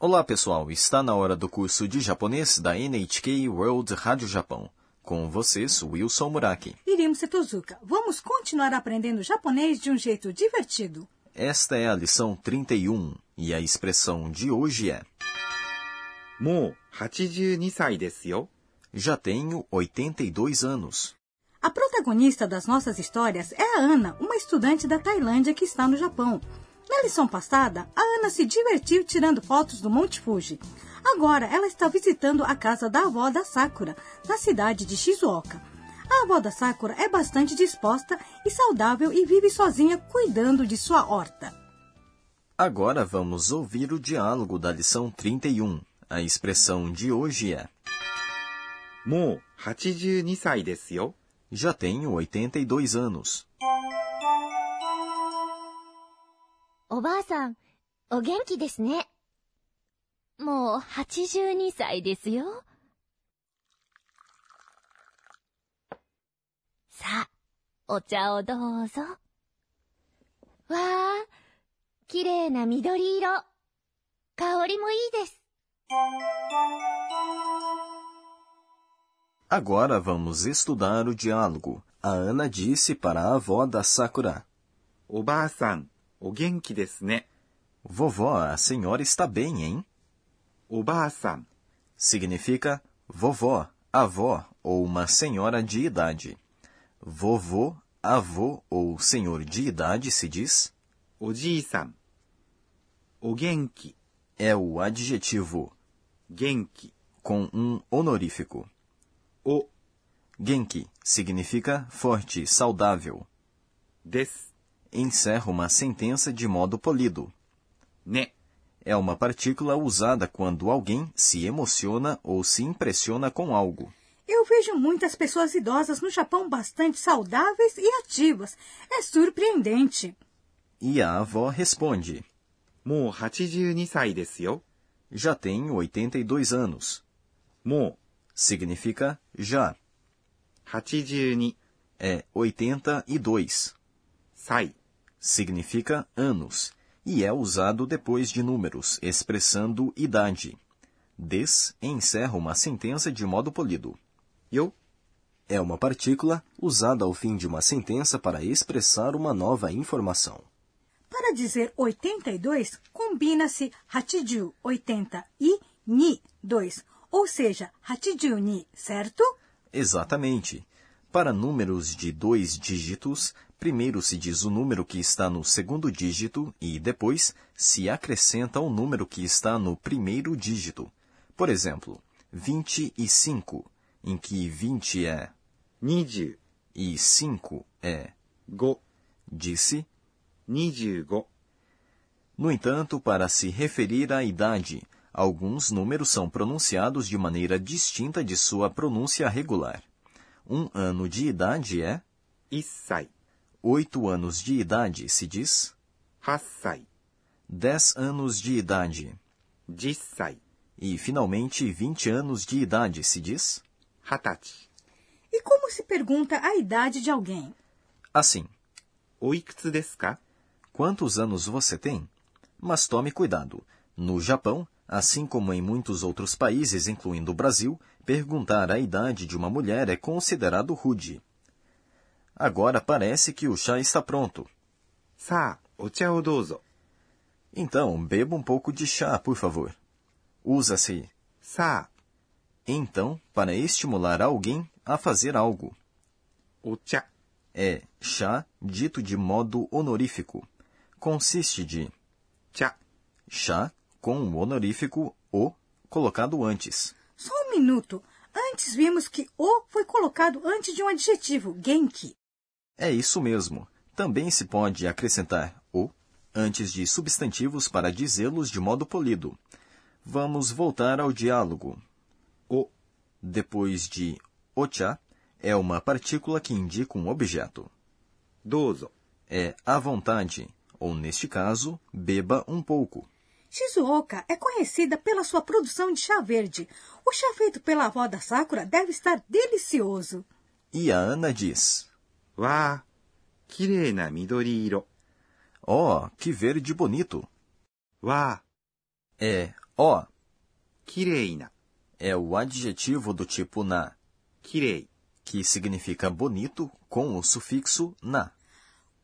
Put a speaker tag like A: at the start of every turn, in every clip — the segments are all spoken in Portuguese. A: Olá, pessoal. Está na hora do curso de japonês da NHK World Rádio Japão. Com vocês, Wilson Muraki.
B: Irimo Setozuka, vamos continuar aprendendo japonês de um jeito divertido.
A: Esta é a lição 31 e a expressão de hoje é:
C: もう82歳ですよ。
A: Já tenho 82 anos.
B: A protagonista das nossas histórias é a Ana, uma estudante da Tailândia que está no Japão. Na lição passada, a Ana se divertiu tirando fotos do Monte Fuji. Agora ela está visitando a casa da avó da Sakura, na cidade de Shizuoka. A avó da Sakura é bastante disposta e saudável e vive sozinha cuidando de sua horta.
A: Agora vamos ouvir o diálogo da lição 31. A expressão de hoje é:
C: もう82歳ですよ。
A: Já tenho 82 anos.
D: おばあさん、お元気ですね。もう82歳ですよ。さあ、お茶をどうぞ。わあ、綺麗な緑色。香りもいいです。
A: Agora vamos estudar o diálogo. A Ana disse para a avó da Sakura:
C: おばあさん、お元気ですね。
A: Vovó, a senhora está bem, hein?
C: おばあさん、
A: Significa vovó, avó ou uma senhora de idade. Vovô, avô ou senhor de idade se diz
C: おじいさん。お元気、
A: é o adjetivo
C: 元気、
A: com um honorífico.
C: お、
A: Genki significa forte, saudável.
C: です、
A: Encerra uma sentença de modo polido.
C: ね。
A: É uma partícula usada quando alguém se emociona ou se impressiona com algo.
B: Eu vejo muitas pessoas idosas no Japão bastante saudáveis e ativas. É surpreendente.
A: E a avó responde:
C: もう82歳ですよ。
A: Já tenho 82 anos.
C: も
A: Significa já.
C: う82
A: É 82.
C: 歳。
A: Significa anos. E é usado depois de números, expressando idade. Des encerra uma sentença de modo polido.
C: よ、
A: É uma partícula usada ao fim de uma sentença para expressar uma nova informação.
B: Para dizer 82, combina-se 80, 80 e ni, 2, ou seja, 82, certo?
A: Exatamente. Para números de dois dígitos, primeiro se diz o número que está no segundo dígito e depois se acrescenta o número que está no primeiro dígito. Por exemplo, 25, em que 20 é
C: 25、
A: e 5 é, disse
C: 25。
A: No entanto, para se referir à idade, alguns números são pronunciados de maneira distinta de sua pronúncia regular. Um ano de idade é,
C: 1歳、
A: oito anos de idade se diz,
C: 8歳、
A: dez anos de idade,
C: 10歳、
A: e finalmente vinte anos de idade se diz
C: 20歳。
B: E como se pergunta a idade de alguém?
A: assim.
C: おいくつですか
A: Quantos anos você tem? Mas tome cuidado. No Japão, assim como em muitos outros países, incluindo o Brasil, perguntar a idade de uma mulher é considerado rude. Agora parece que o chá está pronto.
C: さあ、お茶をどうぞ。
A: Então, beba um pouco de chá, por favor. Usa-se
C: さあ、
A: então para estimular alguém a fazer algo.
C: お茶、
A: É chá dito de modo honorífico. Consiste de
C: 茶、
A: chá com o honorífico o colocado antes.
B: Só um minuto. Antes vimos que o foi colocado antes de um adjetivo, genki.
A: É isso mesmo. Também se pode acrescentar o antes de substantivos para dizê-los de modo polido. Vamos voltar ao diálogo. O depois de ocha é uma partícula que indica um objeto.
C: どうぞ。
A: É à vontade, ou neste caso, beba um pouco.
B: Shizuoka é conhecida pela sua produção de chá verde. O chá feito pela avó da Sakura deve estar delicioso.
A: E a Ana diz:
C: わあ、綺麗な緑色。
A: Oh, que verde bonito!
C: Uau!
A: É Ó
C: きれいな、
A: é o adjetivo do tipo na,
C: きれい、
A: que significa bonito com o sufixo na.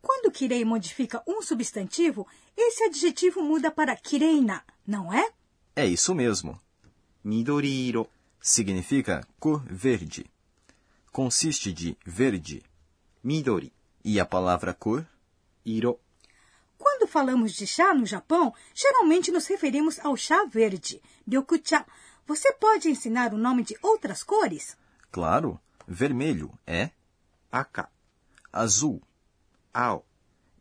B: Quando kirei modifica um substantivo, esse adjetivo muda para kireina, não é?
A: É isso mesmo.
C: 緑色、
A: Significa cor verde. Consiste de verde
C: 緑、
A: e a palavra cor
C: 色、
B: Quando falamos de chá no Japão, geralmente nos referimos ao chá verde, ryokucha. Você pode ensinar o nome de outras cores?
A: Claro, vermelho é
C: 赤、
A: azul
C: 青、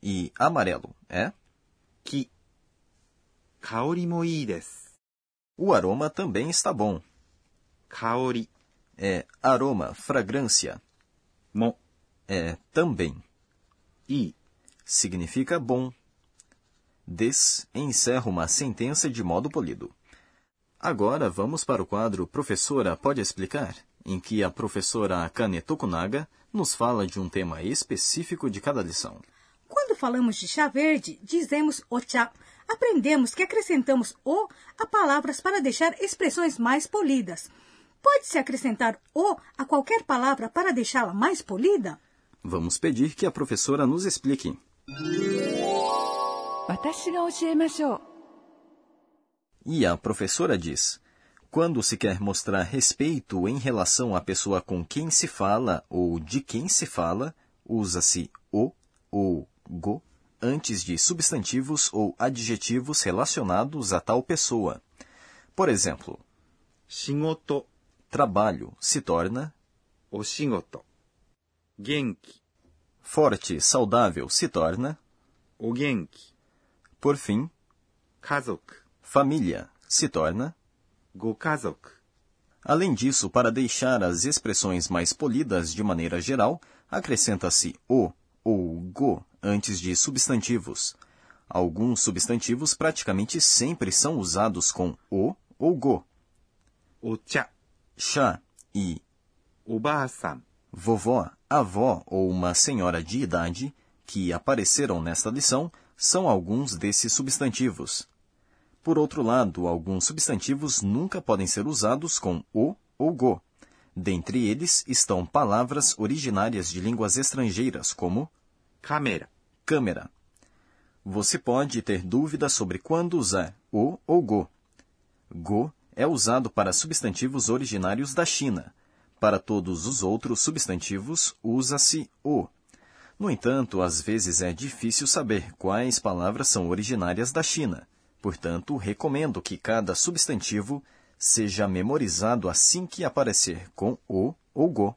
A: e amarelo é.
C: 木。香りもいいです。
A: O aroma também está bom.
C: 香り
A: É aroma, fragrância.
C: も
A: É também.
C: いい。
A: Significa bom. Des encerra uma sentença de modo polido. Agora vamos para o quadro Professora Pode Explicar, em que a professora Akane Tokunaga nos fala de um tema específico de cada lição.
B: Quando falamos de chá verde, dizemos o chá. Aprendemos que acrescentamos o a palavras para deixar expressões mais polidas. Pode-se acrescentar o a qualquer palavra para deixá-la mais polida?
A: Vamos pedir que a professora nos explique.
E: 私が教えましょう
A: E a professora diz: quando se quer mostrar respeito em relação à pessoa com quem se fala ou de quem se fala, usa-se o ou go antes de substantivos ou adjetivos relacionados a tal pessoa. Por exemplo,
C: 仕事、
A: trabalho se torna,
C: お仕事。元気、
A: forte, saudável se torna,
C: お元気。
A: por fim,
C: 家族、
A: família se torna.
C: ご家族。
A: Além disso, para deixar as expressões mais polidas de maneira geral, acrescenta-se o ou go antes de substantivos. Alguns substantivos praticamente sempre são usados com o ou go.
C: お茶、
A: Chá e
C: おばあさん。
A: vovó, avó ou uma senhora de idade, que apareceram nesta lição, são alguns desses substantivos. Por outro lado, alguns substantivos nunca podem ser usados com o ou go. Dentre eles estão palavras originárias de línguas estrangeiras, como
C: カメラ、
A: câmera. Você pode ter dúvidas sobre quando usar o ou go. Go é usado para substantivos originários da China. Para todos os outros substantivos, usa-se o. No entanto, às vezes é difícil saber quais palavras são originárias da China. Portanto, recomendo que cada substantivo seja memorizado assim que aparecer com o ou go.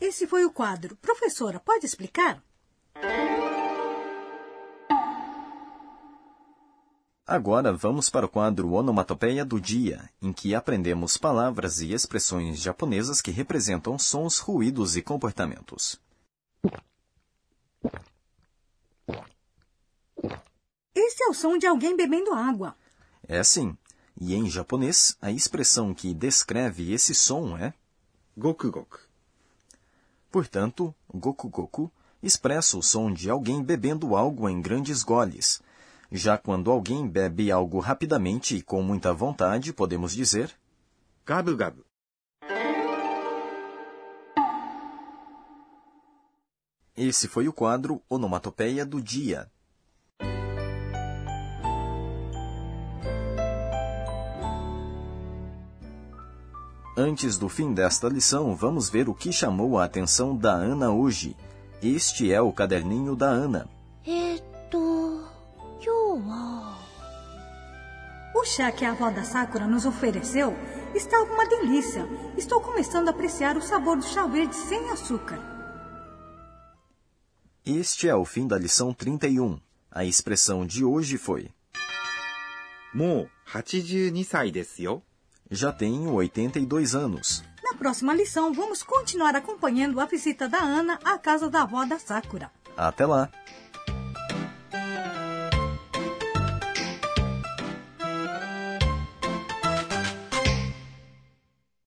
B: Esse foi o quadro. Professora, pode explicar?
A: Agora vamos para o quadro Onomatopeia do Dia, em que aprendemos palavras e expressões japonesas que representam sons, ruídos e comportamentos.
B: Esse é o som de alguém bebendo água.
A: É assim. E em japonês, a expressão que descreve esse som é,
C: ごくごく。
A: portanto, goku goku, expressa o som de alguém bebendo algo em grandes goles. Já quando alguém bebe algo rapidamente e com muita vontade, podemos dizer
C: ガブガブ。
A: Esse foi o quadro Onomatopeia do Dia. Antes do fim desta lição, vamos ver o que chamou a atenção da Ana hoje. Este é o caderninho da Ana.
D: えーっと、今日は、
B: O chá que a avó da Sakura nos ofereceu estava uma delícia. Estou começando a apreciar o sabor do chá verde sem açúcar.
A: Este é o fim da lição 31. A expressão de hoje foi:
C: もう82歳ですよ。
A: Já tenho 82 anos.
B: Na próxima lição, vamos continuar acompanhando a visita da Ana à casa da avó da Sakura.
A: Até lá!